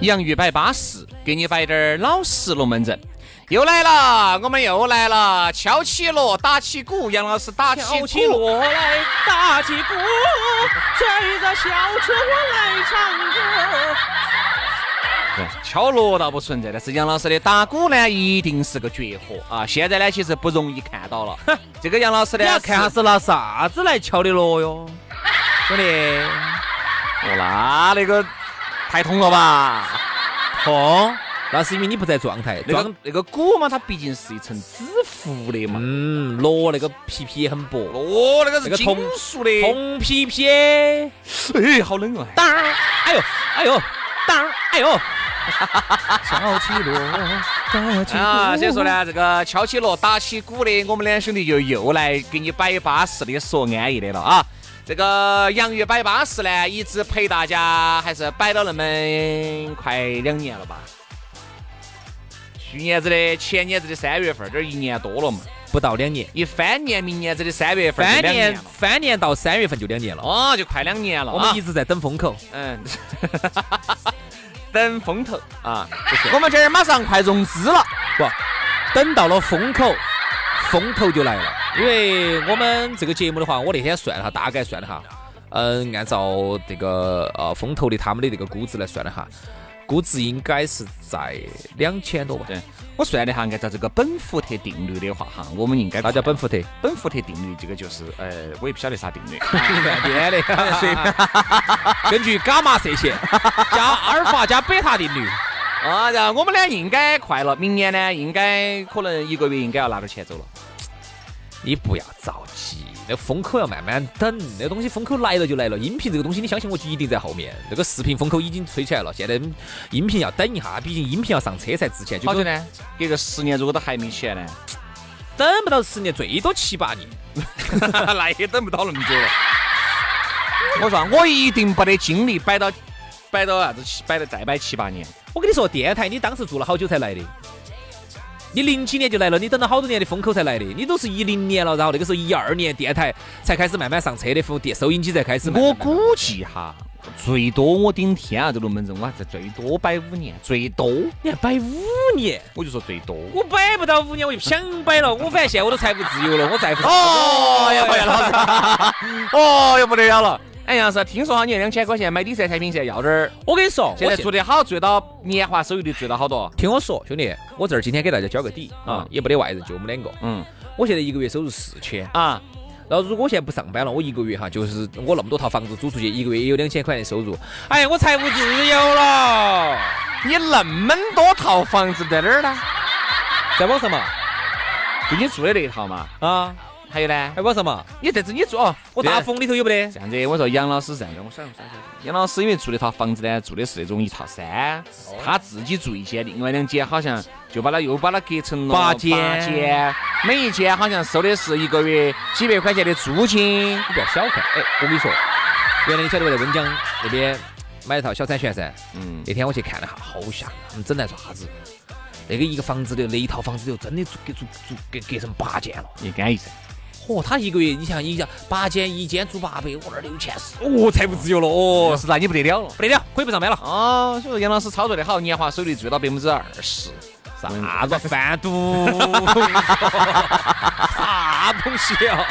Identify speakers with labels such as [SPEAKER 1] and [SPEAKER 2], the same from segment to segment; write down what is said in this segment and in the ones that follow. [SPEAKER 1] 洋芋摆巴适，给你摆点儿老实龙门阵。又来了，我们又来了，敲起锣，打起鼓，杨老师打起
[SPEAKER 2] 敲起
[SPEAKER 1] 鼓，
[SPEAKER 2] 锣来打起鼓，吹着小曲我来唱歌。
[SPEAKER 1] 哎敲锣倒不存在，但是杨老师的打鼓呢，一定是个绝活啊！现在呢，其实不容易看到了。这个杨老师呢，
[SPEAKER 2] 你要哎看下
[SPEAKER 1] 是
[SPEAKER 2] 是拿啥子来敲的锣哟，兄弟，
[SPEAKER 1] 哦，那那个太痛了吧？
[SPEAKER 2] 痛，哦那是因为你不在状态。
[SPEAKER 1] 那
[SPEAKER 2] 状
[SPEAKER 1] 个那个鼓嘛，它毕竟是一层纸糊的嘛，
[SPEAKER 2] 嗯，锣那个皮皮也很薄，
[SPEAKER 1] 哦，那个
[SPEAKER 2] 那
[SPEAKER 1] 是
[SPEAKER 2] 个
[SPEAKER 1] 金
[SPEAKER 2] 铜
[SPEAKER 1] 属的，
[SPEAKER 2] 红皮皮，
[SPEAKER 1] 哎，好冷啊！
[SPEAKER 2] 当，哎呦，哎呦，当，哎呦，敲起锣，打起鼓
[SPEAKER 1] 啊，所以说，呢，这个敲起锣打起鼓的，我们两兄弟就又来给你摆巴适的，说安逸的了啊。这个洋芋摆巴适呢，一直陪大家，还是摆了那么快两年了吧？去年子的、前年子的三月份，这一年多了嘛。
[SPEAKER 2] 不到两年，
[SPEAKER 1] 一翻年，明年子的三月份就
[SPEAKER 2] 翻
[SPEAKER 1] 两
[SPEAKER 2] 年
[SPEAKER 1] 了，
[SPEAKER 2] 翻年到三月份就两年了。
[SPEAKER 1] 哦，就快两年了啊。
[SPEAKER 2] 我们一直在等风口，
[SPEAKER 1] 嗯，等风头啊，我们这儿马上快融资了。
[SPEAKER 2] 不，等到了风口，风头就来了。因为我们这个节目的话，我那天算了哈，大概算了哈，嗯，按照这个呃风投的他们的这个估值来算了哈，估值应该是在两千多吧。
[SPEAKER 1] 对，我算了一下，按照这个本福特定律的话，哈，我们应该
[SPEAKER 2] 啥叫本福特？
[SPEAKER 1] 本福特定律？这个就是，呃，我也不晓得啥定律。
[SPEAKER 2] 乱编 的，随便。根据伽马射线加阿尔法加贝塔定律，
[SPEAKER 1] 啊，然后我们呢应该快了，明年呢应该可能一个月应该要拿点钱走了。
[SPEAKER 2] 你不要着急，那风口要慢慢等，那东西风口来了就来了。音频这个东西，你相信我，就一定在后面。这个视频风口已经吹起来了，现在音频要等一下，毕竟音频要上车才值钱。就
[SPEAKER 1] 好久
[SPEAKER 2] 是
[SPEAKER 1] 呢？隔个十年，如果都还没起来呢，
[SPEAKER 2] 等不到十年，最多七八年。
[SPEAKER 1] 那也等不到那么久了。我说，我一定不得精力摆到摆到啥子七，摆到再摆七八年。
[SPEAKER 2] 我跟你说，电台你当时做了好久才来的？你零几年就来了，你等了好多年的风口才来的，你都是一零年了，然后那个时候一二年电台才开始慢慢上车的风，电收音机才开始慢慢
[SPEAKER 1] 我
[SPEAKER 2] 慢慢
[SPEAKER 1] 估计哈，最多我顶天啊，这龙门阵我还在最多摆五年，最多
[SPEAKER 2] 你还摆五年，
[SPEAKER 1] 我就说最多。
[SPEAKER 2] 我摆不到五年，我就不想摆了。我反正现在我都财务自由了，我在乎啥
[SPEAKER 1] 哦，要不要老子？哦，又不得了了。哎，杨老师，听说哈，你那两千块钱买理财产品，现在要点儿。
[SPEAKER 2] 我跟你说，
[SPEAKER 1] 现在
[SPEAKER 2] 做
[SPEAKER 1] 做得好，做到年化收益率做到好多？
[SPEAKER 2] 听我说，兄弟，我这儿今天给大家交个底啊
[SPEAKER 1] 嗯，
[SPEAKER 2] 也不得外人，就我们两个。
[SPEAKER 1] 嗯
[SPEAKER 2] 我现在一个月收入四千，
[SPEAKER 1] 啊，
[SPEAKER 2] 然后如果我现在不上班了，我一个月哈，就是我那么多套房子租出去，一个月也有两千块钱收入。哎，我财务自由了，
[SPEAKER 1] 你那么多套房子在哪儿呢？
[SPEAKER 2] 在网上嘛
[SPEAKER 1] 就你住的那一套嘛。
[SPEAKER 2] 啊，
[SPEAKER 1] 还有呢
[SPEAKER 2] 在，网上嘛，
[SPEAKER 1] 你这次你住哦，
[SPEAKER 2] 我
[SPEAKER 1] 对
[SPEAKER 2] 大风里头有不得？
[SPEAKER 1] 这样子，我说杨老师这样子，我想想想想，杨老师因为住那套房子呢，住的是那种一套三，他自己住一间，另外两间好像就把他又把他隔成了
[SPEAKER 2] 八间
[SPEAKER 1] 八间，每一间好像收的是一个月几百块钱的租金。
[SPEAKER 2] 你不要小看，哎，我跟你说，原来你晓得我在温江那边买了套小产权噻，
[SPEAKER 1] 嗯，
[SPEAKER 2] 那天我去看了一下，好吓人！他们整来啥子？那个一个房子的那一套房子就真的住给住住给给成八间了。
[SPEAKER 1] 也安逸噻。
[SPEAKER 2] 嚯、哦他一个月，你想一想，八间一间住八百，我那儿六千四，哦，财务自由了，哦
[SPEAKER 1] 哦，，是那你不得了了。
[SPEAKER 2] 不得了，可以不上班了。
[SPEAKER 1] 哦，所以说杨老师操作的好，年化收益率最到百分之二十。
[SPEAKER 2] 啥子贩
[SPEAKER 1] 哦
[SPEAKER 2] 毒？啥东西啊？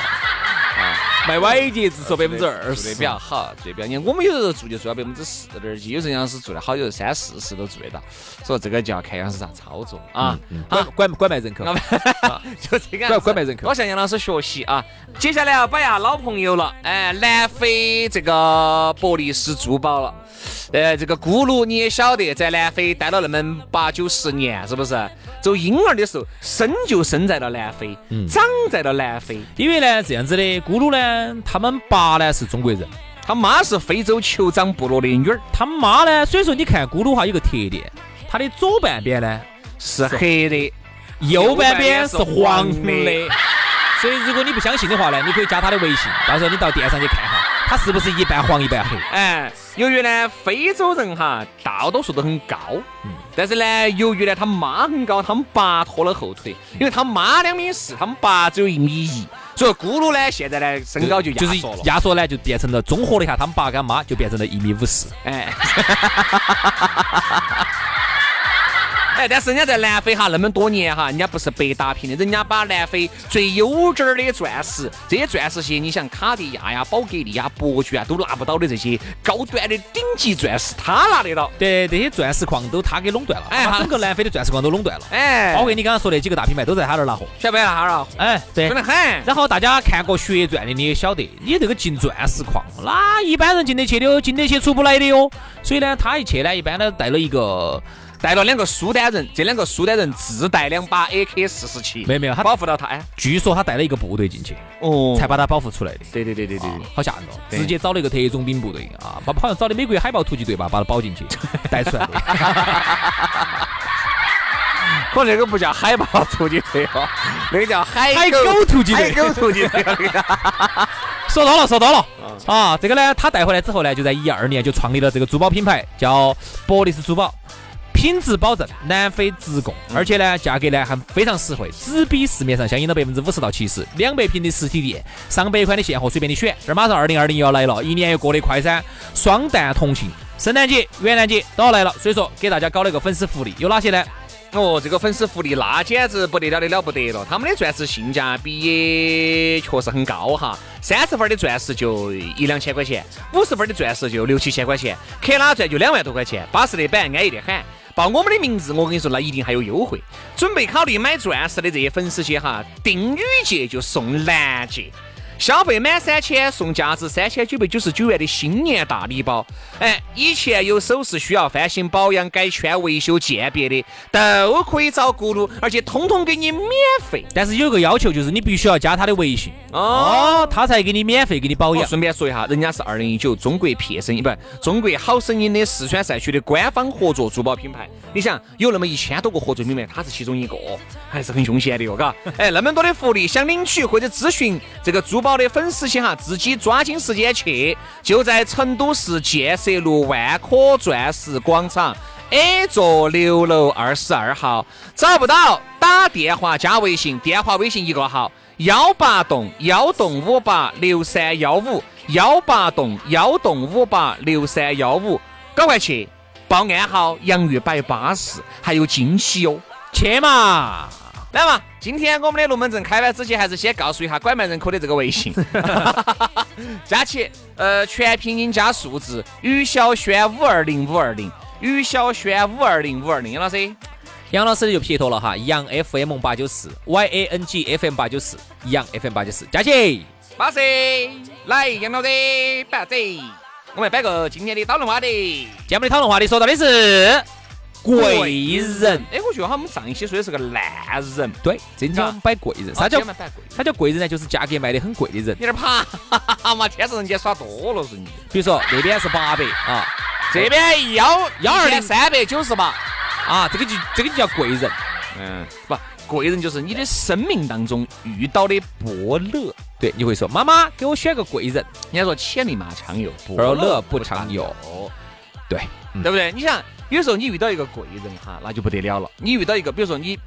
[SPEAKER 2] 卖歪节只收百分之二
[SPEAKER 1] 做的
[SPEAKER 2] 十
[SPEAKER 1] 比，较好，做的比较。你看我们有时候做就做到百分之十点几，有时候杨师做的好，有时候三四十都做得到。所以这个就要看杨师咋操作啊。好
[SPEAKER 2] 管管管卖人口
[SPEAKER 1] 那。么啊就这个样子
[SPEAKER 2] 拐拐卖人口
[SPEAKER 1] 我向杨老师学习啊。接下来要摆下老朋友了，哎，南非这个伯利斯珠宝了，呃，这个咕噜你也晓得，在南非待了那么八九十年，是不是？做婴儿的时候，生就生在了南非，长在了南非，
[SPEAKER 2] 因为呢，这样子的咕噜呢，他们爸呢是中国人，
[SPEAKER 1] 他妈是非洲酋长部落的女儿，
[SPEAKER 2] 他妈呢，所以说你看咕噜哈有个特点，它的左半边呢，
[SPEAKER 1] 是黑的。
[SPEAKER 2] 右半边是黄
[SPEAKER 1] 右半边
[SPEAKER 2] 的
[SPEAKER 1] 是。
[SPEAKER 2] 所以如果你不相信的话呢，你可以加他的微信，到时候你到店上去看哈，他是不是一半黄一半黑？
[SPEAKER 1] 哎，由于呢，非洲人哈大多数都很高，
[SPEAKER 2] 嗯
[SPEAKER 1] 但是呢，由于呢他妈很高，他们爸拖了后腿，
[SPEAKER 2] 嗯
[SPEAKER 1] 因为他妈两米四，他们爸只有一米一，所以咕噜呢现在呢身高就压
[SPEAKER 2] 就是
[SPEAKER 1] 缩了，
[SPEAKER 2] 压缩呢，就变成了综合了一下，他们爸跟他妈就变成了一米五四。
[SPEAKER 1] 哎。 哎，但是人家在南非哈那么多年哈，人家不是白打拼的，人家把南非最优质儿的钻石，这些钻石些，你像卡地亚呀、宝格丽呀、伯爵啊，都拿不到的这些高端的顶级钻石，他拿得到。
[SPEAKER 2] 对，这些钻石矿都他给垄断了，
[SPEAKER 1] 哎
[SPEAKER 2] 他把
[SPEAKER 1] 好
[SPEAKER 2] 整个南非的钻石矿都垄断了，
[SPEAKER 1] 哎，
[SPEAKER 2] 包括你刚刚说的几个大品牌都在他那儿拿货。
[SPEAKER 1] 晓不晓得哈了？
[SPEAKER 2] 哎，对
[SPEAKER 1] 准。得很。
[SPEAKER 2] 然后大家看过《血钻》的，你也晓得，你这个进钻石矿，那一般人进得去的哟，进得去出不来的哟。所以呢，他一去呢，一般呢带了一个，
[SPEAKER 1] 带了两个苏丹人，这两个苏丹人自带两把 AK 四十七，
[SPEAKER 2] 没有没有他
[SPEAKER 1] 保护到他。哎，
[SPEAKER 2] 据说他带了一个部队进去，
[SPEAKER 1] 哦
[SPEAKER 2] 才把他保护出来的。
[SPEAKER 1] 对对对对对
[SPEAKER 2] 啊
[SPEAKER 1] 对，
[SPEAKER 2] 好吓人哦！
[SPEAKER 1] 对
[SPEAKER 2] 直接找了一个特种兵部队啊，把好像找的美国海豹突击队吧，把他保进去，带出来的。
[SPEAKER 1] 可这个不叫海豹突击队哦，那个叫海
[SPEAKER 2] 海狗突击队
[SPEAKER 1] 海狗突击队哦。那个
[SPEAKER 2] 说到了，说到了啊！这个呢，他带回来之后呢，就在一二年就创立了这个珠宝品牌，叫博利斯珠宝，品质保证，南非直供，而且呢，价格呢还非常实惠，只比市面上相应的百分之五十到七十。两百平的实体店，上百款的现货随便你选。这儿马上二零二零又要来了，一年又过得快噻，双旦同庆，圣诞节、元旦节都要来了，所以说给大家搞了一个粉丝福利，有哪些呢？
[SPEAKER 1] 哦，这个粉丝福利那简直不得了的了不得了，他们的钻石性价比也确实很高哈。三十分的钻石就一两千块钱，五十分的钻石就六七千块钱，克拉钻就两万多块钱，巴适的板，安逸的很。报我们的名字，我跟你说，那一定还有优惠。准备考虑买钻石的这些粉丝些哈，定女戒就送男戒。消费满三千送价值三千九百九十九元的新年大礼包。哎，以前有首饰需要翻新保养、改圈、维修、鉴别的，都可以找咕噜，而且通通给你免费。
[SPEAKER 2] 但是有个要求，就是你必须要加他的微信
[SPEAKER 1] 哦
[SPEAKER 2] 哦，他才给你免费给你保
[SPEAKER 1] 我
[SPEAKER 2] 养。
[SPEAKER 1] 哦顺便说一下，人家是二零一九中国撇声音不是中国好声音的四川赛区的官方合作珠宝品牌。你想，有那么一千多个合作品牌，它是其中一个，还是很凶险的哟，嘎。哎，那么多的福利，想领取或者咨询这个珠宝的粉丝些哈，自己抓紧时间去，就在成都市建设路万科钻石广场 A 座六楼二十二号，找不到打电话加微信，电话微信一个号。幺八栋幺栋五八六三幺五，幺八栋幺栋五八六三幺五，赶快去报暗号“洋芋摆巴士”，还有惊喜哦！
[SPEAKER 2] 去嘛！
[SPEAKER 1] 来嘛，今天我们的龙门阵开完之前，还是先告诉一下拐卖人口的这个微信， 加起呃全拼音加数字，于小轩五二零五二零，于小轩五二零五二零，杨老师，
[SPEAKER 2] 杨老师就撇脱了哈，杨 FM 八九四，Y A N G FM 八九四，杨 FM 八九四，加起。
[SPEAKER 1] 巴士来，杨老师，摆子，我们摆个今天的讨论话题。
[SPEAKER 2] 节目的讨论话题说到的是贵人，
[SPEAKER 1] 哎，我觉得他们上一期说的是个烂人，
[SPEAKER 2] 对，今天我们摆贵人，啥
[SPEAKER 1] 啊
[SPEAKER 2] 叫
[SPEAKER 1] 今天我们摆贵人
[SPEAKER 2] 啥叫贵人呢？就是价格卖得很贵的人，
[SPEAKER 1] 有点怕嘛，天上人间耍多了是你。
[SPEAKER 2] 比如说那边是八百啊
[SPEAKER 1] 这边幺
[SPEAKER 2] 120
[SPEAKER 1] 三百九十八，
[SPEAKER 2] 啊，这个就这个就叫贵人，
[SPEAKER 1] 嗯，不，贵人就是你的生命当中遇到的伯乐。
[SPEAKER 2] 对，你会说妈妈给我选个贵人，
[SPEAKER 1] 人家说千里马常有，
[SPEAKER 2] 而乐不常有，对，嗯
[SPEAKER 1] 对不对？你想，有时候你遇到一个贵人哈，那就不得了了。你遇到一个，比如说你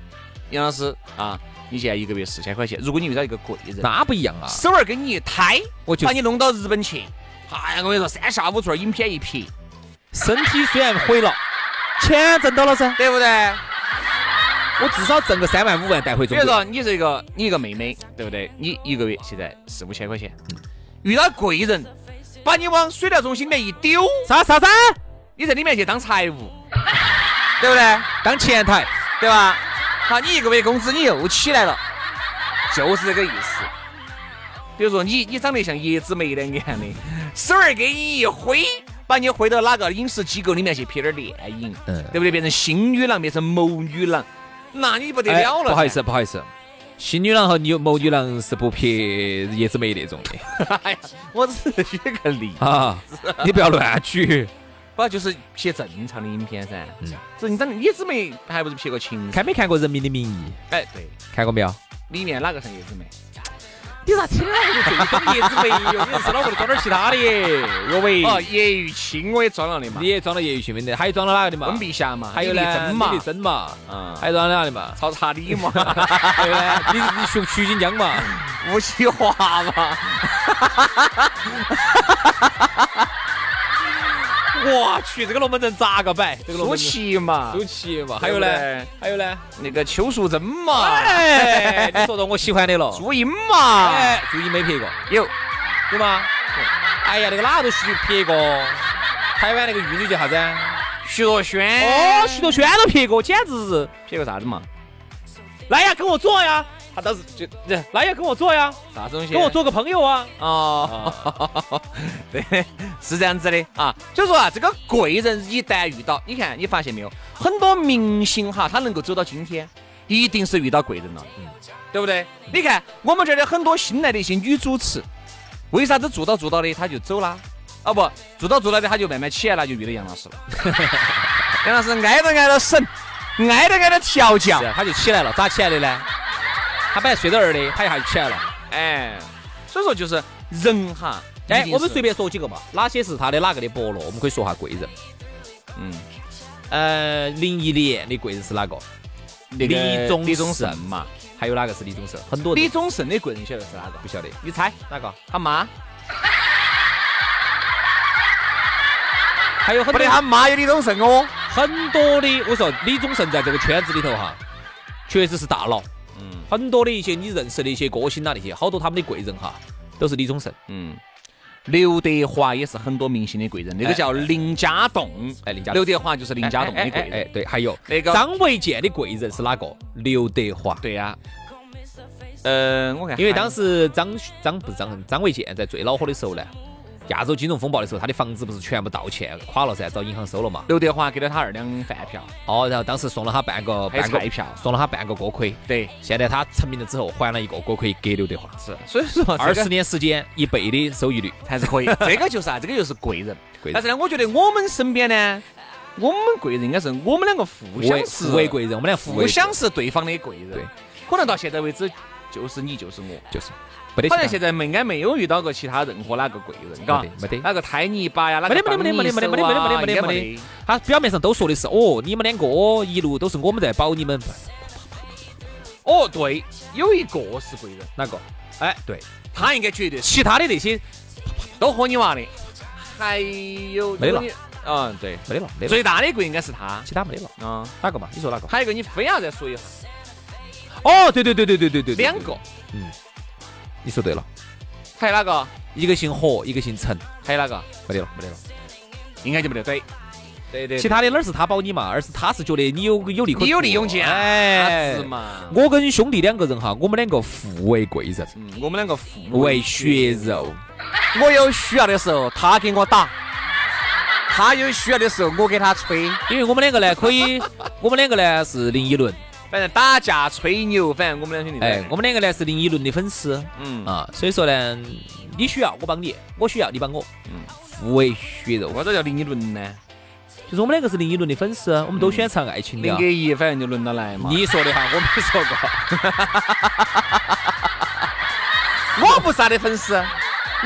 [SPEAKER 1] 杨老师啊，你现在一个月四千块钱，如果你遇到一个贵人，
[SPEAKER 2] 那不一样啊，
[SPEAKER 1] 手腕儿跟你一抬，
[SPEAKER 2] 我就
[SPEAKER 1] 把你弄到日本去。哎呀，我跟你说，三下五除二，影片一撇，
[SPEAKER 2] 身体虽然毁了，钱挣到了噻，
[SPEAKER 1] 对不对？
[SPEAKER 2] 我至少挣个三万五万带回
[SPEAKER 1] 比
[SPEAKER 2] 中
[SPEAKER 1] 如
[SPEAKER 2] 国，
[SPEAKER 1] 说你这个，你一个妹妹，对不对？你一个月现在四五千块钱，遇到贵人，把你往水疗中心里面一丢，
[SPEAKER 3] 啥啥啥？
[SPEAKER 1] 你在里面去当 财务，对不对？
[SPEAKER 3] 当前台，
[SPEAKER 1] 对吧？好，你一个月工资你又起来了，就是这个意思。比如说你，你长得像叶子梅两样的，手儿给你一挥，把你挥到哪个影视机构里面去拍点电影，
[SPEAKER 3] 嗯
[SPEAKER 1] 对不对？变成新女郎，变成谋女郎，那你不得
[SPEAKER 3] 哎
[SPEAKER 1] 了了、
[SPEAKER 3] 不好意思，，不好意思，新女郎和女某女郎是不拍叶子梅那种的
[SPEAKER 1] 哎呀，我只是举个例子，
[SPEAKER 3] 啊，你不要乱举。
[SPEAKER 1] 不就是拍正常的影片噻？
[SPEAKER 3] 嗯
[SPEAKER 1] 这你长得叶子梅，还不是拍个情？
[SPEAKER 3] 看没看过《人民的名义
[SPEAKER 1] 哎，对，》？
[SPEAKER 3] 看过没有？
[SPEAKER 1] 里面哪个像叶子梅？
[SPEAKER 3] 你咋听哪个就这个叶子梅哟？你是脑壳里装点其他的耶？岳伟
[SPEAKER 1] 哦，叶玉卿我也装了的嘛
[SPEAKER 3] 哎你，也装了叶玉卿的，还有装了哪个的嘛？
[SPEAKER 1] 温碧霞嘛，
[SPEAKER 3] 还有
[SPEAKER 1] 李
[SPEAKER 3] 呢？
[SPEAKER 1] 丽珍嘛
[SPEAKER 3] 李丽，珍嘛，啊
[SPEAKER 1] 嗯
[SPEAKER 3] 还有装了哪个的嘛？
[SPEAKER 1] 曹查理嘛，
[SPEAKER 3] 还有呢？你你学曲靖江嘛？
[SPEAKER 1] 吴启华嘛。
[SPEAKER 3] 我去，这个龙门阵咋个摆？这个龙
[SPEAKER 1] 舒
[SPEAKER 3] 门阵。
[SPEAKER 1] 淇嘛
[SPEAKER 3] 舒，淇嘛，还
[SPEAKER 1] 对
[SPEAKER 3] 有
[SPEAKER 1] 不
[SPEAKER 3] 呢
[SPEAKER 1] 对？
[SPEAKER 3] 还有呢？
[SPEAKER 1] 那个邱淑贞嘛，
[SPEAKER 3] 哎，你说到我喜欢的了。
[SPEAKER 1] 朱茵嘛，
[SPEAKER 3] 哎，注意没拍过，
[SPEAKER 1] 有
[SPEAKER 3] 有吗？哎呀，那个哪个都许拍过，台湾那个玉女叫啥子啊？
[SPEAKER 1] 徐若瑄，
[SPEAKER 3] 哦，许多轩都拍过，简直是！
[SPEAKER 1] 撇个啥子嘛？
[SPEAKER 3] 来呀，跟我做呀！他当时就来呀，跟我做呀，
[SPEAKER 1] 啥子东西？
[SPEAKER 3] 跟我做个朋友啊！
[SPEAKER 1] 哦， 对，是这样子的啊。所以说啊，这个贵人一旦遇到，你看你发现没有，很多明星哈，他能够走到今天，一定是遇到贵人了，嗯对不对？你看我们这儿的很多新来的一些女主持，为啥子做到做到的她就走啦？啊不，做到做到的她就慢慢起来了，就遇到杨老师了。 杨老师挨着挨着审，挨着挨着调教
[SPEAKER 3] 是，啊，他就起来了，咋起来的呢？他本来睡到那儿的，他一下就起来了。
[SPEAKER 1] 哎，所以说就是人哈，
[SPEAKER 3] 哎
[SPEAKER 1] 一，定
[SPEAKER 3] 我们
[SPEAKER 1] 是
[SPEAKER 3] 随便说几个嘛，哪些是他的哪个的伯乐？我们可以说下贵人。
[SPEAKER 1] 嗯。
[SPEAKER 3] 呃，林忆莲的贵人是哪个？
[SPEAKER 1] 那个
[SPEAKER 3] 李宗
[SPEAKER 1] 李宗
[SPEAKER 3] 盛
[SPEAKER 1] 盛嘛，
[SPEAKER 3] 还有哪个是李宗盛？很多人
[SPEAKER 1] 李宗盛的贵人晓得是哪个？
[SPEAKER 3] 不晓得
[SPEAKER 1] 你猜
[SPEAKER 3] 哪个？
[SPEAKER 1] 他妈？
[SPEAKER 3] 还有很
[SPEAKER 1] 不
[SPEAKER 3] 多
[SPEAKER 1] 得，他妈有李宗盛哦。
[SPEAKER 3] 很多的，我说李宗盛在这个圈子里头哈，确实是大佬。
[SPEAKER 1] 嗯
[SPEAKER 3] 很多的一些你认识的一些歌星呐，啊那些好多他们的贵人哈，都是李宗盛。
[SPEAKER 1] 嗯，刘德华也是很多明星的贵人，那个叫林家栋。
[SPEAKER 3] 哎林家栋
[SPEAKER 1] 刘德华就是林家栋的贵人。
[SPEAKER 3] 对，还有
[SPEAKER 1] 那个
[SPEAKER 3] 张卫健的贵人是哪个？刘德华。
[SPEAKER 1] 对呀。呃，我看，
[SPEAKER 3] 哎因为当时张张不是张张卫健在最恼火的时候呢，亚洲金融风暴的时候，他的房子不是全部盗窃垮了噻，找银行收了嘛。
[SPEAKER 1] 哎刘德华给了他二两饭票，
[SPEAKER 3] 哦，然后当时送了他半个
[SPEAKER 1] 还有
[SPEAKER 3] 半个
[SPEAKER 1] 彩票
[SPEAKER 3] 送了他半个锅盔。
[SPEAKER 1] 对，
[SPEAKER 3] 现在他成名了之后，还了一个锅盔给刘德华。
[SPEAKER 1] 是，所以 说
[SPEAKER 3] 二
[SPEAKER 1] 这
[SPEAKER 3] 十
[SPEAKER 1] 个
[SPEAKER 3] 年时间，一倍的收益率。
[SPEAKER 1] 还 是可以。 这个就是啊啥？这个就是贵人。
[SPEAKER 3] 贵人
[SPEAKER 1] 但是呢，我觉得我们身边呢，我们贵人应该是我们两个互
[SPEAKER 3] 为
[SPEAKER 1] 相是
[SPEAKER 3] 互为贵人，我们俩互为
[SPEAKER 1] 互相是对方的贵人。
[SPEAKER 3] 对，
[SPEAKER 1] 可能到现在为止，就是你就是我。
[SPEAKER 3] 就是，不得
[SPEAKER 1] 好像
[SPEAKER 3] 其
[SPEAKER 1] 现在没应该没有遇到过其他任何哪个贵人，嘎，
[SPEAKER 3] 没得没得
[SPEAKER 1] 哪个拍你一把呀，哪
[SPEAKER 3] 没
[SPEAKER 1] 个
[SPEAKER 3] 得没得没
[SPEAKER 1] 啊
[SPEAKER 3] 得没得没得没得没得没得没得没得，他表面上都说的是哦，你们两个哦，一路都是我们在保你们，
[SPEAKER 1] 哦，对，有一个是贵人，
[SPEAKER 3] 哪个？哎，对，
[SPEAKER 1] 他应该绝对是
[SPEAKER 3] 其他的那些
[SPEAKER 1] 都和你娃的，还有
[SPEAKER 3] 没了，
[SPEAKER 1] 嗯，对，
[SPEAKER 3] 没得了，没啊得了，
[SPEAKER 1] 最大的贵应该是他，
[SPEAKER 3] 其他没得了，
[SPEAKER 1] 嗯，
[SPEAKER 3] 哪个嘛？你说哪个？
[SPEAKER 1] 还有一个你非要再说一下，
[SPEAKER 3] 哦，对对对对对对对，嗯对
[SPEAKER 1] 两，个，
[SPEAKER 3] 你说对了，
[SPEAKER 1] 还有哪个？
[SPEAKER 3] 一个姓何，一个姓陈，
[SPEAKER 1] 还有哪个？
[SPEAKER 3] 没得了，没得了。
[SPEAKER 1] 应该就没得对，对对
[SPEAKER 3] 其
[SPEAKER 1] 其他
[SPEAKER 3] 他的哪儿是他保你嘛，而是他是觉得你有有利可
[SPEAKER 1] 你有
[SPEAKER 3] 图
[SPEAKER 1] 利有见，
[SPEAKER 3] 哎
[SPEAKER 1] 是，嘛？
[SPEAKER 3] 我跟兄弟两个人哈，我们两个互为贵人，
[SPEAKER 1] 嗯，我们两个互
[SPEAKER 3] 为血肉。
[SPEAKER 1] 我有需要的时候，他给我打；他有需要的时候，我给他吹。
[SPEAKER 3] 因为我们两个呢，可 以，我们两个呢是林依轮，
[SPEAKER 1] 反正打架、吹牛，反正我们两兄弟。
[SPEAKER 3] 哎，我们两个呢是林依轮的粉丝，
[SPEAKER 1] 嗯
[SPEAKER 3] 啊，所以说呢，你需要我帮你，我需要你帮我，
[SPEAKER 1] 嗯
[SPEAKER 3] 互为血肉。
[SPEAKER 1] 啥子叫林依轮呢？
[SPEAKER 3] 就是我们两个是林依轮的粉丝，啊我们都喜欢唱爱情的
[SPEAKER 1] 零
[SPEAKER 3] 啊。
[SPEAKER 1] 给一，反正就轮到来嘛。
[SPEAKER 3] 你说的哈，我没说 过，
[SPEAKER 1] 我不是他的粉丝。哦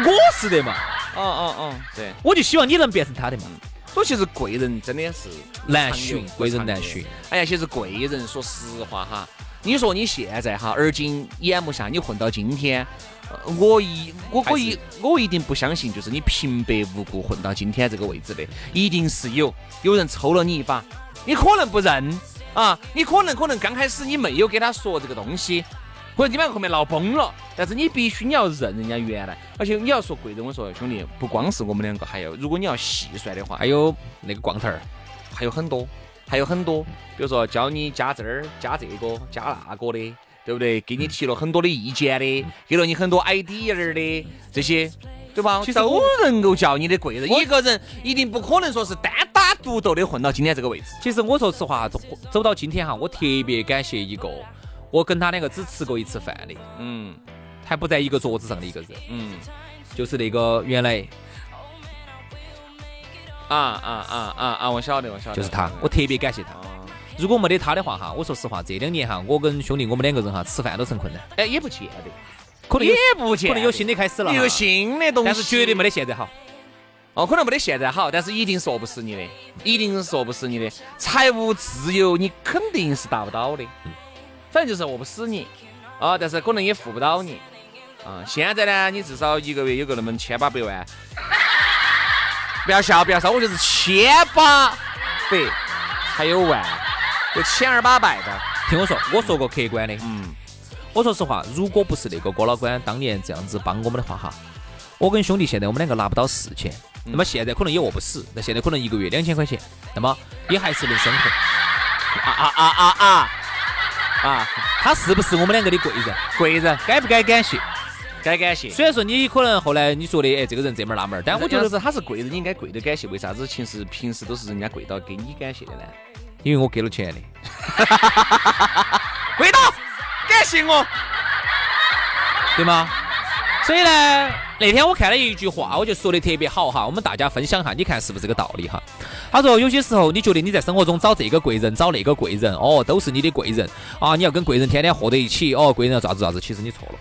[SPEAKER 3] 我是的嘛，
[SPEAKER 1] 哦哦，对。
[SPEAKER 3] 我就希望你能变成他的嘛。
[SPEAKER 1] 所以其实贵人真的是
[SPEAKER 3] 难寻贵人难寻。
[SPEAKER 1] 哎呀，其实贵人，说实话哈，你说你现在哈，而今眼目下你混到今天，呃我一我我一我一定不相信，就是你平白无故混到今天这个位置的，一定是有有人抽了你一把，你可能不认啊，你可能可能刚开始你没有给他说这个东西。或者你们两个后面闹崩了，但是你必须你要认人家原来，而且你要说贵的，我说兄弟，不光是我们两个，还有如果你要细算的话，
[SPEAKER 3] 还有那个光头儿，
[SPEAKER 1] 还有很多，还有很多，比如说教你加这儿、加这个、加那个的，对不对？给你提了很多的意见的，给了你很多 idea 儿的这些，对吧？
[SPEAKER 3] 其实
[SPEAKER 1] 都
[SPEAKER 3] 我
[SPEAKER 1] 能够叫你的贵人，
[SPEAKER 3] 我
[SPEAKER 1] 一个人一定不可能说是单打独斗的混到今天这个位置。
[SPEAKER 3] 其实我说实话，走走到今天哈，我特别感谢一个，我跟他两个只吃过一次饭的，
[SPEAKER 1] 嗯
[SPEAKER 3] 还不在一个桌子上的一个人，
[SPEAKER 1] 嗯
[SPEAKER 3] 就是那个原来
[SPEAKER 1] 啊啊啊啊啊！我晓得，我晓得，
[SPEAKER 3] 就是他，我特别感谢他。
[SPEAKER 1] 啊
[SPEAKER 3] 如果没得他的话哈，我说实话，这两年哈，我跟兄弟我们两个人哈，吃饭都成困难，
[SPEAKER 1] 哎，也不见得，
[SPEAKER 3] 可能有
[SPEAKER 1] 也不见
[SPEAKER 3] 可
[SPEAKER 1] 得，
[SPEAKER 3] 能有新的开始了哈，
[SPEAKER 1] 有新的东西，
[SPEAKER 3] 但是绝对没得现在好。
[SPEAKER 1] 哦，可能没得现在好，但是一定说不死你的，一定是说不死你的。财务自由你肯定是达不到的，
[SPEAKER 3] 嗯
[SPEAKER 1] 反正就是饿不死你啊、但是可能也富不到你啊、现在呢，你至少一个月有个那么千八百万，不要笑，不要笑，我就是千八百，还有万，有千儿八百的，
[SPEAKER 3] 听我说，我说过客观的，
[SPEAKER 1] 嗯，
[SPEAKER 3] 我说实话，如果不是那个郭老倌当年这样子帮我们的话哈，我跟兄弟现在我们两个拿不到四千，
[SPEAKER 1] 嗯
[SPEAKER 3] 那么现在可能也饿不死，那现在可能一个月两千块钱，那么也还是能生活。
[SPEAKER 1] 啊啊啊啊啊啊，
[SPEAKER 3] 他是不是我们两个的贵人？
[SPEAKER 1] 贵人
[SPEAKER 3] 该不该感谢？
[SPEAKER 1] 该感谢。
[SPEAKER 3] 虽然说你可能后来你说的，哎，这个人这门儿那门儿，但我觉得
[SPEAKER 1] 是他是贵人，你应该贵的感谢。为啥子？其实平时都是人家贵到给你感谢的呢？
[SPEAKER 3] 因为我给了钱的。
[SPEAKER 1] 跪倒，感谢我。
[SPEAKER 3] 对吗？所以呢，那天我看了一句话，我就说的特别好哈，我们大家分享哈，你看是不是这个道理哈？他说有些时候你觉得你在生活中找这个贵人，找那个贵人，哦，都是你的贵人啊，你要跟贵人天天和在一起，哦，贵人要咋子咋子，其实你错了。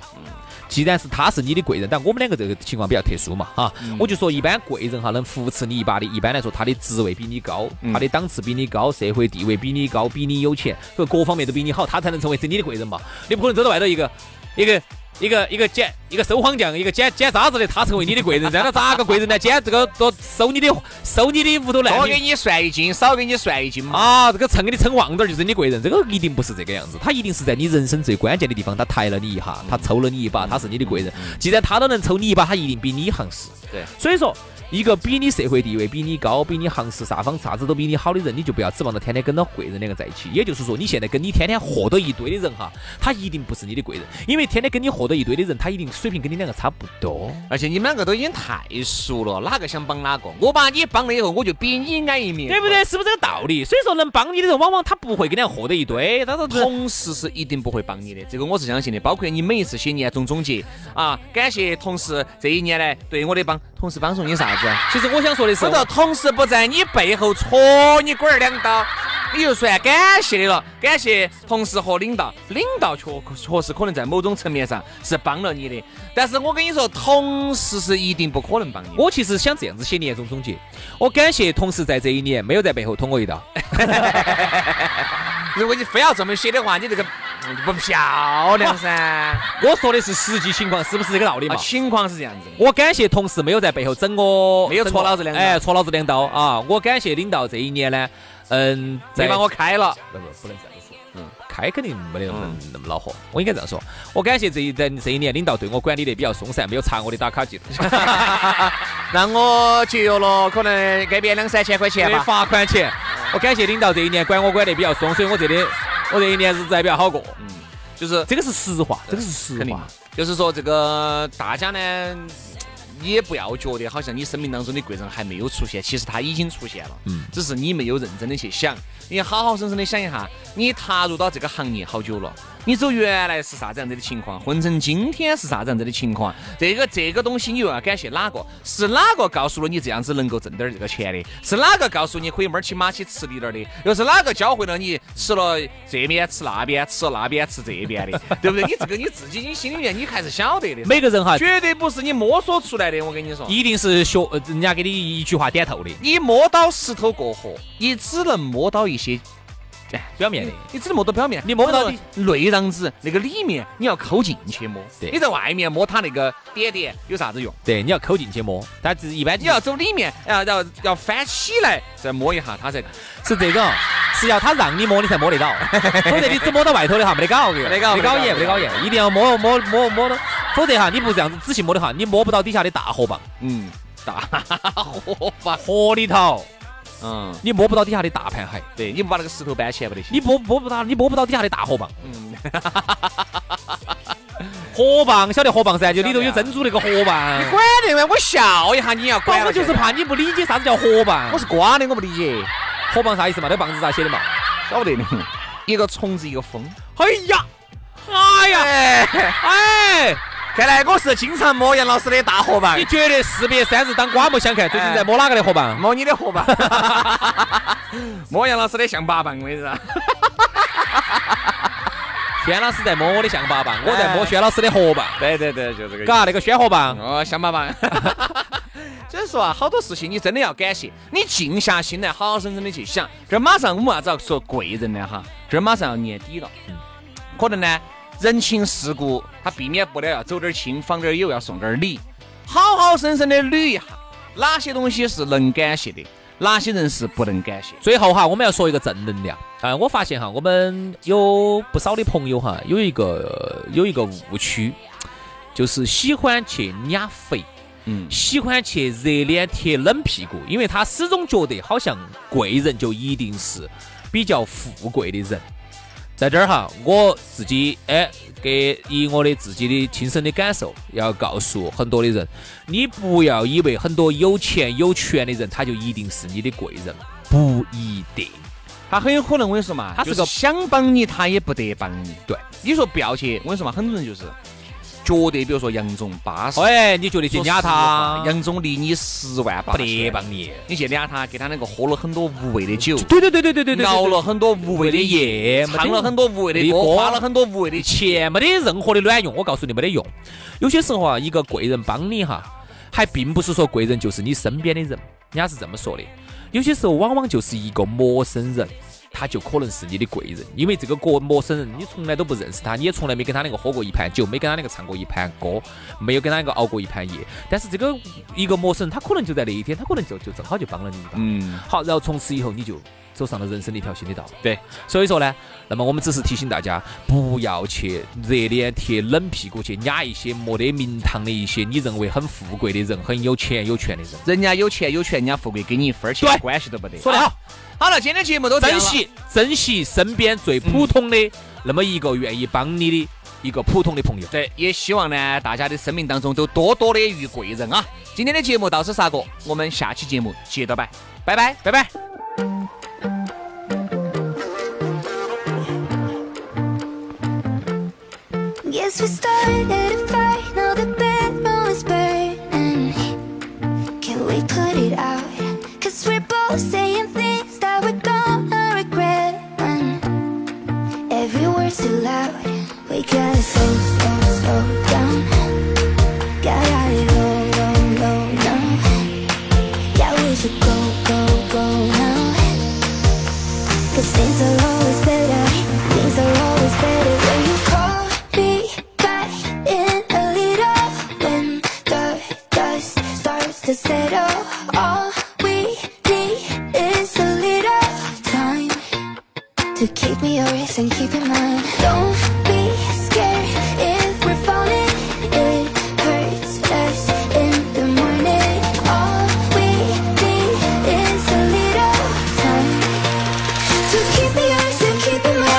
[SPEAKER 3] 既然是他是你的贵人，但我们两个这个情况比较特殊嘛，哈，
[SPEAKER 1] 嗯
[SPEAKER 3] 我就说一般贵人哈能扶持你一把的，一般来说他的职位比你高，
[SPEAKER 1] 嗯
[SPEAKER 3] 他的档次比你高，社会地位比你高，比你有钱，所以各方面都比你好，他才能成为是你的贵人嘛。你不可能走到外头一个一个一个一个捡一个收荒匠，一个捡捡沙子的，他成为你的贵人，让他咋个贵人呢？捡这个都收你的收你的屋头烂
[SPEAKER 1] 多给
[SPEAKER 3] 泥。
[SPEAKER 1] 你算一斤，少给你算一斤嘛。
[SPEAKER 3] 啊，这个秤给你称旺点儿就是你的贵人，这个一定不是这个样子，他一定是在你人生最关键的地方，他抬了你一下，
[SPEAKER 1] 嗯
[SPEAKER 3] 他抽了你一把，他是你的贵人。既然他都能抽你一把，他一定比你行势。
[SPEAKER 1] 对，
[SPEAKER 3] 所以说，一个比你社会地位比你高、比你行势啥方啥子都比你好的人，你就不要指望着天天跟到贵人两个在一起。也就是说，你现在跟你天天和到一堆的人哈，他一定不是你的贵人，因为天天跟你和到一堆的人，他一定水平跟你两个差不多。
[SPEAKER 1] 而且你们两个都已经太熟了，哪个想帮哪个？我把你帮了以后，我就比你矮一米，
[SPEAKER 3] 对不？对？是不是这个道理？所以说，能帮你的人，往往他不会跟人家和到一堆，他都是
[SPEAKER 1] 同事是一定不会帮你的，这个我是相信的。包括你每一次写年终总结啊，感谢同事这一年来对我的帮，同事帮助你啥子？啊
[SPEAKER 3] 其实我想说的是
[SPEAKER 1] 知，道同事不在你背后戳你棍儿两刀，你就算感谢的了。感谢同事和领导，领导确确实可能在某种层面上是帮了你的，但是我跟你说，同事是一定不可能帮你的。
[SPEAKER 3] 我其实想这样子写年终总结，我感谢同事在这一年没有在背后捅我一刀。
[SPEAKER 1] 如果你非要这么写的话，你这个嗯就不漂亮 噻。啊，
[SPEAKER 3] 我说的是实际情况，是不是这个道理嘛？
[SPEAKER 1] 情况是这样子的。
[SPEAKER 3] 我感谢同事没有在背后整我，
[SPEAKER 1] 没有
[SPEAKER 3] 整
[SPEAKER 1] 戳
[SPEAKER 3] 我
[SPEAKER 1] 老子两刀
[SPEAKER 3] 哎，戳老子两刀啊！我感谢领导这一年呢，嗯，
[SPEAKER 1] 你
[SPEAKER 3] 在
[SPEAKER 1] 把我开了，嗯
[SPEAKER 3] 不不不能这样说，嗯，开肯定没得那么那么恼火，我应该这样说，我感谢这一在这一年领导对我管理的比较松散，没有查我的打卡 记录，
[SPEAKER 1] 让我节约了可能该别两三千块钱
[SPEAKER 3] 没
[SPEAKER 1] 吧。
[SPEAKER 3] 罚款钱。我感谢领导这一年管我管得比较松，所以我这里我这一年日子还比较好过。
[SPEAKER 1] 就是
[SPEAKER 3] 这个是实话，这个是实
[SPEAKER 1] 嗯肯定
[SPEAKER 3] 话。，
[SPEAKER 1] 就是说这个大家呢，你也不要觉得好像你生命当中的贵人还没有出现，其实他已经出现了，
[SPEAKER 3] 嗯
[SPEAKER 1] 只是你没有认真的去想。你好好生生的想一下，你踏入到这个行业好久了？你走原来是啥子样子的情况，混成今天是啥子样子的情况？这个这个东西你又要感谢哪个？是哪个告诉了你这样子能够挣点儿这个钱的？是哪个告诉你可以猫儿起马起吃力点儿的？又是哪个教会了你吃了这边吃那边，吃了那边吃这边的，对不对？你这个你自己你心里面你还是晓得的，
[SPEAKER 3] 每个人哈，
[SPEAKER 1] 绝对不是你摸索出来的。我跟你说，
[SPEAKER 3] 一定是学呃人家给你一句话点透的，
[SPEAKER 1] 你摸到石头过河，你只能摸到一些哎
[SPEAKER 3] 表面的。
[SPEAKER 1] 嗯你只能摸到表面，
[SPEAKER 3] 你摸不到
[SPEAKER 1] 摸内瓤子那个里面，你要抠进去摸。
[SPEAKER 3] 对
[SPEAKER 1] 你在外面摸它那个点点有啥子用？
[SPEAKER 3] 对，你要抠进去摸，但是一般
[SPEAKER 1] 哎你要走里面，然后要要翻起来再摸一下它才。
[SPEAKER 3] 是这个，只要他让你摸，你才摸得到，否则你只摸到外头的哈，没得搞，没
[SPEAKER 1] 没得搞
[SPEAKER 3] 没
[SPEAKER 1] 没得搞
[SPEAKER 3] 搞眼，没得搞眼，一定要摸摸摸摸到，否则哈，你不这样子仔细摸的话，你摸不到底下的大河蚌，
[SPEAKER 1] 嗯，大火吧，
[SPEAKER 3] 河里头，
[SPEAKER 1] 嗯，
[SPEAKER 3] 你摸不到底下的大盘海，
[SPEAKER 1] 对你不把那个石头搬起来不得行，
[SPEAKER 3] 你摸摸不到，你摸不到底下的大河蚌，
[SPEAKER 1] 嗯，
[SPEAKER 3] 河蚌晓得河蚌噻，就里头有珍珠那个河蚌。
[SPEAKER 1] 管得嘛，我笑一下你要
[SPEAKER 3] 管
[SPEAKER 1] 管
[SPEAKER 3] 我
[SPEAKER 1] 我
[SPEAKER 3] 就是怕你不理解啥子叫河蚌
[SPEAKER 1] 我，是瓜的，我不理解，
[SPEAKER 3] 河蚌啥意思嘛？那棒子咋写的嘛？
[SPEAKER 1] 晓得的，一个虫子一个风，
[SPEAKER 3] 哎呀，哎呀，
[SPEAKER 1] 哎，
[SPEAKER 3] 哎，
[SPEAKER 1] 看来我是经常摸杨老师啊的大河
[SPEAKER 3] 你
[SPEAKER 1] 蚌，
[SPEAKER 3] 觉得士别三日当刮目相看，最近在摸哪个的河蚌？
[SPEAKER 1] 摸你的河蚌， 摸杨老师的象拔蚌，我跟你说，哎
[SPEAKER 3] 轩老师在摸我的象拔蚌，我在摸轩老师的河蚌。
[SPEAKER 1] 对对对，就这个意思。
[SPEAKER 3] 嘎，那个轩河蚌，
[SPEAKER 1] 哦，香巴棒。 所以说啊，好多事情你真的要感谢，你静下心来，好好认真的去想。这儿马上我们啥子要说贵人了哈，这儿马上要年底了，可能呢人情世故他避免不了要走点儿亲，访点儿友，要送点儿礼，好好生生的捋一下，哪些东西是能感谢的，哪些人是不能感谢。
[SPEAKER 3] 最后哈，我们要说一个正能量。啊，我发现哈，我们有不少的朋友哈，有一个有一个误区，就是喜欢去压肥，
[SPEAKER 1] 嗯
[SPEAKER 3] 喜欢去热脸贴冷屁股，因为他始终觉得好像贵人就一定是比较富贵的人。在这儿哈，我自己哎，给以我的自己的亲身的感受，要告诉很多的人，你不要以为很多有钱有权的人，他就一定是你的贵人，不一定。
[SPEAKER 1] 他很有可能，我跟你说嘛，
[SPEAKER 3] 他
[SPEAKER 1] 他
[SPEAKER 3] 是
[SPEAKER 1] 是
[SPEAKER 3] 个
[SPEAKER 1] 个想帮你，他也不得帮你。
[SPEAKER 3] 对，
[SPEAKER 1] 你说不要去，我跟你说嘛，很多人就是觉得，比如说杨总巴适，
[SPEAKER 3] 哎，你觉得去
[SPEAKER 1] 说
[SPEAKER 3] 压
[SPEAKER 1] 实话
[SPEAKER 3] 他，
[SPEAKER 1] 杨总离你十万八
[SPEAKER 3] 不
[SPEAKER 1] 千
[SPEAKER 3] 得帮你？
[SPEAKER 1] 你去撵他，给他那个喝了很多无谓的酒，
[SPEAKER 3] 对对对对对对对，
[SPEAKER 1] 熬了很多无谓的夜，
[SPEAKER 3] 没得
[SPEAKER 1] 唱了很多无谓的
[SPEAKER 3] 没得
[SPEAKER 1] 歌，
[SPEAKER 3] 歌
[SPEAKER 1] 花了很多无谓的钱。
[SPEAKER 3] 钱没得任何的卵用，我告诉你没得用。有些时候啊，一个贵人帮你哈，还并不是说贵人就是你身边的人，人家是这么说的。有些时候往往就是一个陌生人，他就可能是你的贵人，因为这个个陌生人你从来都不认识他，你也从来没跟他那个喝过一盘酒，没跟他那个唱过一盘歌，没有跟他那个熬过一盘夜。但是这个一个陌生人，他可能就在那一天，他可能就就正好就帮了你一把。
[SPEAKER 1] 嗯，
[SPEAKER 3] 好，然后从此以后你就走上了人生的一条新的道路。
[SPEAKER 1] 对，
[SPEAKER 3] 所以说呢，那么我们只是提醒大家，不要去热脸贴冷屁股，去压一些没得名堂的一些你认为很富贵的人、很有钱有权的人。
[SPEAKER 1] 人家有钱有权，人家富贵，跟你一分钱
[SPEAKER 3] 对
[SPEAKER 1] 关系都没得。
[SPEAKER 3] 说得好，
[SPEAKER 1] 好了，今天节目都这样嗯
[SPEAKER 3] 珍
[SPEAKER 1] 了。
[SPEAKER 3] 惜珍惜身边最普通的、那么一个愿意帮你的一个普通的朋友。
[SPEAKER 1] 对，也希望呢，大家的生命当中都多多的遇贵人啊！今天的节目到此杀过，我们下期节目接着摆，拜拜，拜拜。
[SPEAKER 4] Guess we started a fire, now the bedroom is burning. Can we put it out? Cause we're both saying things that we're gonna regret. Every word's too loud. We gotta slow, slow, slow down. Gotta low, low, low down. Yeah, we should go, go, go now. Cause things are always better, things are always better when you call me back in a little when the dust starts to settle. All we need is a little time to keep me yours and keep in mind. Don't be scared if we're falling. It hurts us in the morning. All we need is a little time. To keep me honest and keep in mind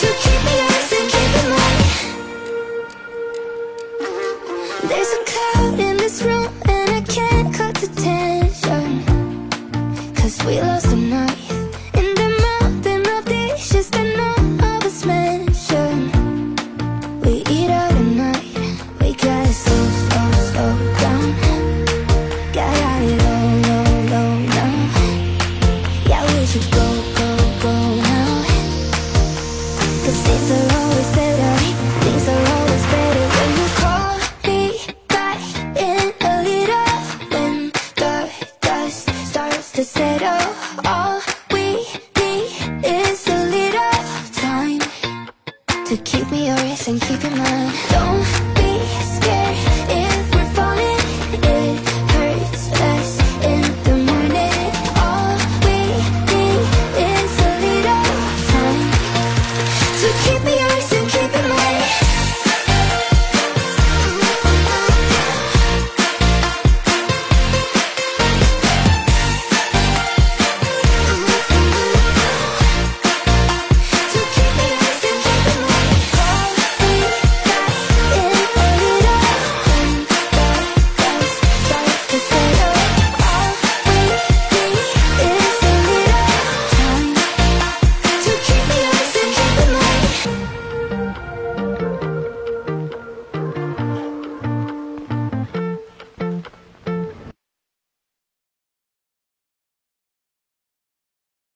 [SPEAKER 4] To keep me honest and keep in mind and keep in mind. Don't be scared.